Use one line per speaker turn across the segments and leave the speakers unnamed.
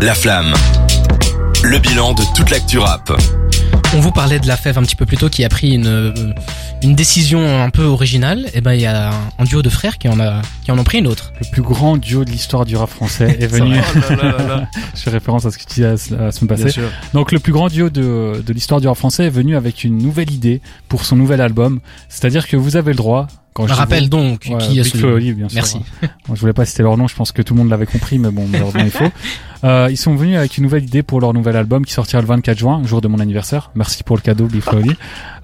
La flamme. Le bilan de toute l'actu rap.
On vous parlait de la fève un petit peu plus tôt qui a pris une, euh, une décision un peu originale. Et ben il y a un- un duo de frères qui en a qui en ont pris une autre.
Le plus grand duo de l'histoire du rap français est venu.
vrai.
Oh là là là là.
Je fais référence à ce que tu disais la la semaine
Bien
passée.
sûr.
Donc le plus grand duo de, de l'histoire du rap français est venu avec une nouvelle idée pour son nouvel album. C'est-à-dire que vous avez le droit. Quand
Je
dis
rappelle donc
vous- Ouais,
qui est
Big
ce
Flo et Oli, bien sûr.
Merci.
Bon, je voulais pas citer leur nom, je pense que tout le monde l'avait compris, mais bon, malheureusement il faut. Euh, ils sont venus avec une nouvelle idée pour leur nouvel album qui sortira le 24 juin, jour de mon anniversaire. Merci pour le cadeau, Big Flo et Oli.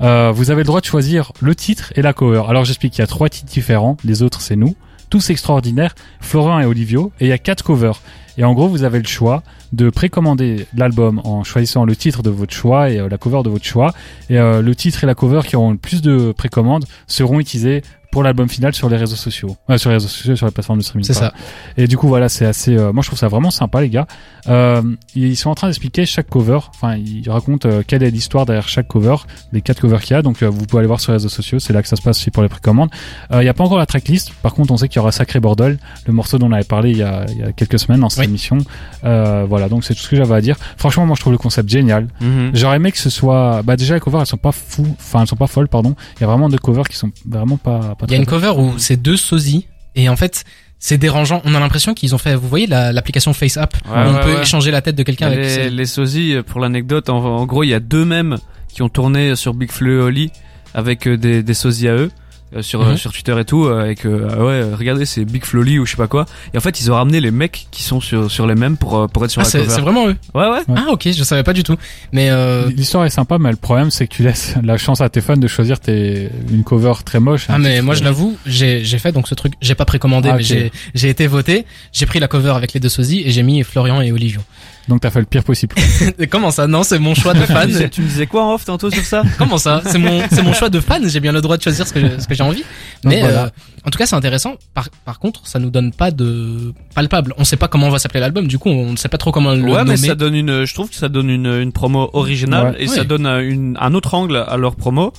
Euh, vous avez le droit de choisir le titre et la cover. Alors j'explique, il y a trois titres différents, les autres c'est nous, tous extraordinaires, Florent et Olivio, et il y a quatre covers. Et en gros, vous avez le choix de précommander l'album en choisissant le titre de votre choix et euh, la cover de votre choix. Et euh, le titre et la cover qui auront le plus de précommandes seront utilisés pour l'album final sur les réseaux sociaux. Euh, sur les réseaux sociaux, sur les plateformes de streaming.
C'est
pardon.
ça.
Et du coup, voilà, c'est assez. euh, moi, je trouve ça vraiment sympa, les gars. Euh, ils sont en train d'expliquer chaque cover. Enfin, ils racontent euh, quelle est l'histoire derrière chaque cover, les quatre covers qu'il y a. Donc, euh, vous pouvez aller voir sur les réseaux sociaux. C'est là que ça se passe aussi pour les précommandes. Euh, Il n'y a pas encore la tracklist. Par contre, on sait qu'il y aura Sacré Bordel, le morceau dont on avait parlé il y a, il y a quelques semaines dans cette
Oui.
émission. Euh, voilà, donc c'est tout ce que j'avais à dire. Franchement, moi, je trouve le concept génial.
Mhm.
J'aurais aimé que ce soit. Bah, déjà, les covers, elles sont pas fous. Enfin, elles sont pas folles, pardon. Il y a vraiment deux covers qui sont vraiment pas. pas
Il y a une
très-
cover où c'est deux sosies et en fait c'est dérangeant. On a l'impression qu'ils ont fait. Vous voyez la- l'application FaceApp
Ouais,
où on
Ah, ouais,
peut
ouais.
échanger la tête de quelqu'un avec.
Les,
ses-
les sosies, euh, pour l'anecdote, en, en gros, il y a deux mêmes qui ont tourné sur Big Flo et Oli avec euh, des, des sosies à eux. euh, Sur,
Mhm.
euh, sur Twitter et tout, euh, avec euh, ah ouais, euh, regardez, c'est Big Flo Oli ou je sais pas quoi. Et en fait, ils ont ramené les mecs qui sont sur, sur les mêmes pour, euh, pour être sur
Ah
la
c'est
cover.
c'est vraiment eux.
Ouais, ouais.
Ouais.
Ah ok, je savais pas du tout. Mais euh,
L'histoire est sympa, mais le problème, c'est que tu laisses la chance à tes fans de choisir tes... une cover très moche.
Ah
hein.
mais moi je l'avoue, j'ai j'ai fait donc ce truc, j'ai pas précommandé
Ah,
mais
ok.
j'ai j'ai été voté, j'ai pris la cover avec les deux sosies et j'ai mis Florian et Olivio.
Donc, t'as fait le pire possible.
Comment ça Non, c'est mon choix de
Tu, me disais,
fan.
tu me disais quoi en off tantôt sur ça
Comment ça C'est mon c'est mon choix de fan, j'ai bien le droit de choisir ce que je- ce que j'ai envie.
Donc,
Mais
voilà.
euh, en tout cas, c'est intéressant. Par par contre, ça nous donne pas de palpable. On sait pas comment va s'appeler l'album, du coup, on ne sait pas trop comment le
Ouais,
nommer.
mais ça donne une, je trouve que ça donne une, une promo originale
Ouais.
et
Oui.
ça donne euh, une, un autre angle à leur promo.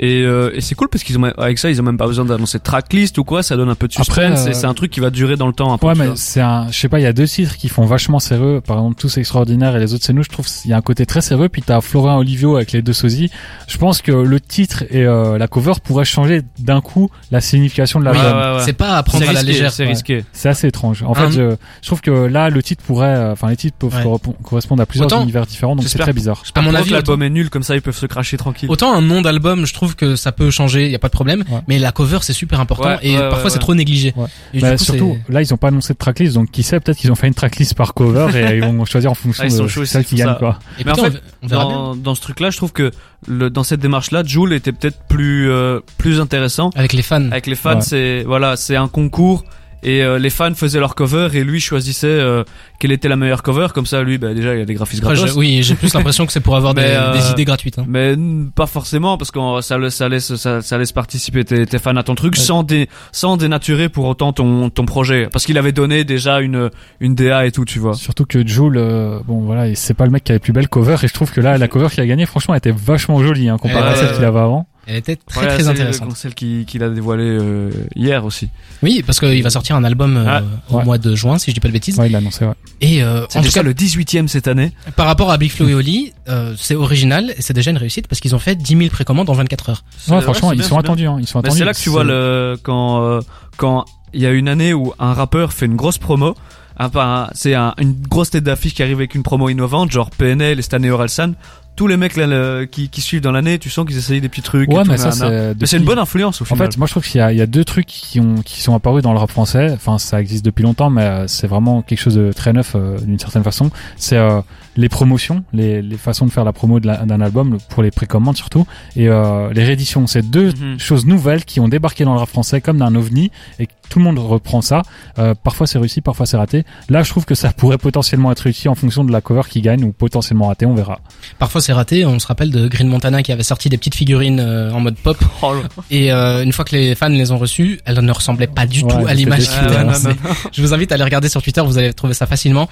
Et, euh, et c'est cool parce qu'ils ont avec ça ils ont même pas besoin d'annoncer de tracklist ou quoi ça donne un peu de suspense
Après, euh,
et c'est un truc qui va durer dans le temps un peu,
Ouais,
tu
mais
vois.
c'est un, je sais pas, il y a deux titres qui font vachement sérieux. Par exemple, tous extraordinaires et les autres, c'est nous. Je trouve qu'il y a un côté très sérieux. Puis t'as Florin Olivio avec les deux sosies. Je pense que le titre et euh, la cover pourraient changer d'un coup la signification de la
Oui,
Ouais, ouais, ouais.
c'est pas à
C'est
prendre à la
risqué,
légère.
c'est
ouais.
risqué
C'est assez étrange. En
Hum.
fait, je, je trouve que là, le titre pourrait, euh, enfin, les titres peuvent
Ouais.
correspondre- correspondre à plusieurs
Autant-
univers différents. Donc c'est
j'espère-
très bizarre.
À mon
Tant
avis,
que l'album est nul comme ça ils peuvent se cracher tranquille
Autant un nom d'album, je trouve que ça peut changer, y a pas de problème,
Ouais.
mais la cover c'est super important
Ouais,
et
ouais,
parfois
ouais,
c'est
ouais.
trop négligé.
Ouais.
Et du
Bah,
coup,
surtout, là, ils ont pas annoncé de tracklist, donc qui sait, peut-être qu'ils ont fait une tracklist par cover et ils vont choisir en fonction
Ah, ils sont
de
chauds,
celle
ils
qui
font
gagne,
ça.
quoi.
Et
Mais
putain,
en
on
fait,
ver- on verra bien.
dans, dans ce truc là je trouve que le, dans cette démarche là Joule était peut-être plus euh, plus intéressant
Avec les fans.
avec les fans
Ouais.
c'est voilà c'est un concours et euh, les fans faisaient leur cover et lui choisissait euh, quelle était la meilleure cover comme ça lui bah, déjà il a des graphismes
Après,
gratos
je- oui, j'ai plus l'impression que c'est pour avoir des,
Mais, euh,
des idées gratuites. hein.
Mais n- pas forcément, parce que ça, le- ça, laisse, ça, ça laisse participer tes, tes fans à ton truc
Ouais.
sans, dé, sans dénaturer pour autant ton, ton projet. Parce qu'il avait donné déjà une, une DA et tout, tu vois.
Surtout que Joule, euh, bon voilà, et c'est pas le mec qui a les plus belles covers et je trouve que là, la cover qui a gagné, franchement, elle était vachement jolie, hein, comparée
Ouais,
à
ouais,
celle
ouais.
qu'il avait avant.
Elle était très
Voilà,
très
c'est
intéressante.
le- Celle qui- qu'il a dévoilée euh, hier aussi.
Oui, parce qu'il va sortir un album euh,
Ah,
au
ouais.
mois de juin, si je dis pas de bêtises.
Ouais, il l'a annoncé, ouais.
Et euh, en
C'est
tout
déjà
cas,
le 18ème cette année.
par rapport à Big Flo et Oli, euh, c'est original et c'est déjà une réussite parce qu'ils ont fait 10 000 précommandes en 24 heures.
Ouais, franchement, ils sont attendus, hein, ils sont
Mais
attendus.
c'est là que tu vois le, quand euh, quand il y a une année où un rappeur fait une grosse promo, un, pas un- c'est un- une grosse tête d'affiche qui arrive avec une promo innovante, genre PNL et Stanley Orelsan. Tous les mecs là, le- qui, qui suivent dans l'année, tu sens qu'ils essayent des petits trucs. et
Ouais,
tout,
mais ça,
nanana.
c'est.
Mais
depuis-
c'est une bonne influence au
En
final.
fait, moi je trouve qu'il y, a- il y a deux trucs qui ont qui sont apparus dans le rap français. Enfin, ça existe depuis longtemps, mais euh, c'est vraiment quelque chose de très neuf euh, d'une certaine façon. C'est euh, les promotions, les, les façons de faire la promo de la- d'un album le- pour les précommandes surtout, et euh, les rééditions. C'est deux
Mhm.
choses nouvelles qui ont débarqué dans le rap français comme d'un ovni et que tout le monde reprend ça. Euh, parfois c'est réussi, parfois c'est raté. Là, je trouve que ça pourrait potentiellement être réussi en fonction de la cover qui gagne ou potentiellement raté. On verra.
Parfois c'est raté, on se rappelle de Green Montana qui avait sorti des petites figurines euh, en mode pop
Oh là.
et euh, une fois que les fans les ont reçues, elles ne ressemblaient pas du
Ouais,
tout à
j'étais
l'image
déçu,
qui était
ouais.
annoncée. Je vous invite à aller regarder sur Twitter, vous allez trouver ça facilement.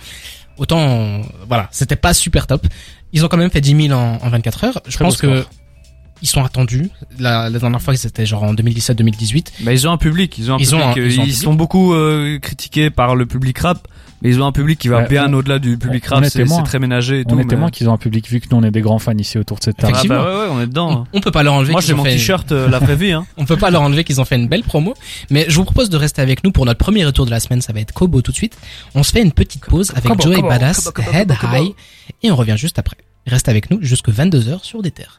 Autant, euh, voilà, c'était pas super top. Ils ont quand même fait 10 000 en, en 24 heures. Je
Très
pense
beau
que
score.
ils sont attendus. La, la dernière fois, c'était genre en 2017-2018.
Mais ils ont un public, ils ont un
Ils ont
public,
un-
euh,
ils
ils,
ont un public.
sont beaucoup euh, critiqués par le public rap, Mais ils ont un public qui va
Ouais,
bien
on-
au-delà du public
on-
rap,
on est
c'est
témoin. hein.
c'est très ménagé et tout.
On est
mais-
témoin qu'ils ont un public vu que nous on est des grands fans ici autour de cette table.
Ah
Effectivement.
bah ouais, ouais, on est dedans.
On, on peut pas leur enlever
Moi,
qu'ils
j'ai
ont
mon
fait-
t-shirt euh, la vraie vie. Hein.
On peut pas leur enlever qu'ils ont fait une belle promo. Mais je vous propose de rester avec nous pour notre premier retour de la semaine. Ça va être Kobo tout de suite. On se fait une petite pause avec
Kobo,
Joey
Kobo,
Badass,
Kobo, Kobo,
Head
Kobo, Kobo.
High. Et on revient juste après. Reste avec nous jusque 22h sur des terres.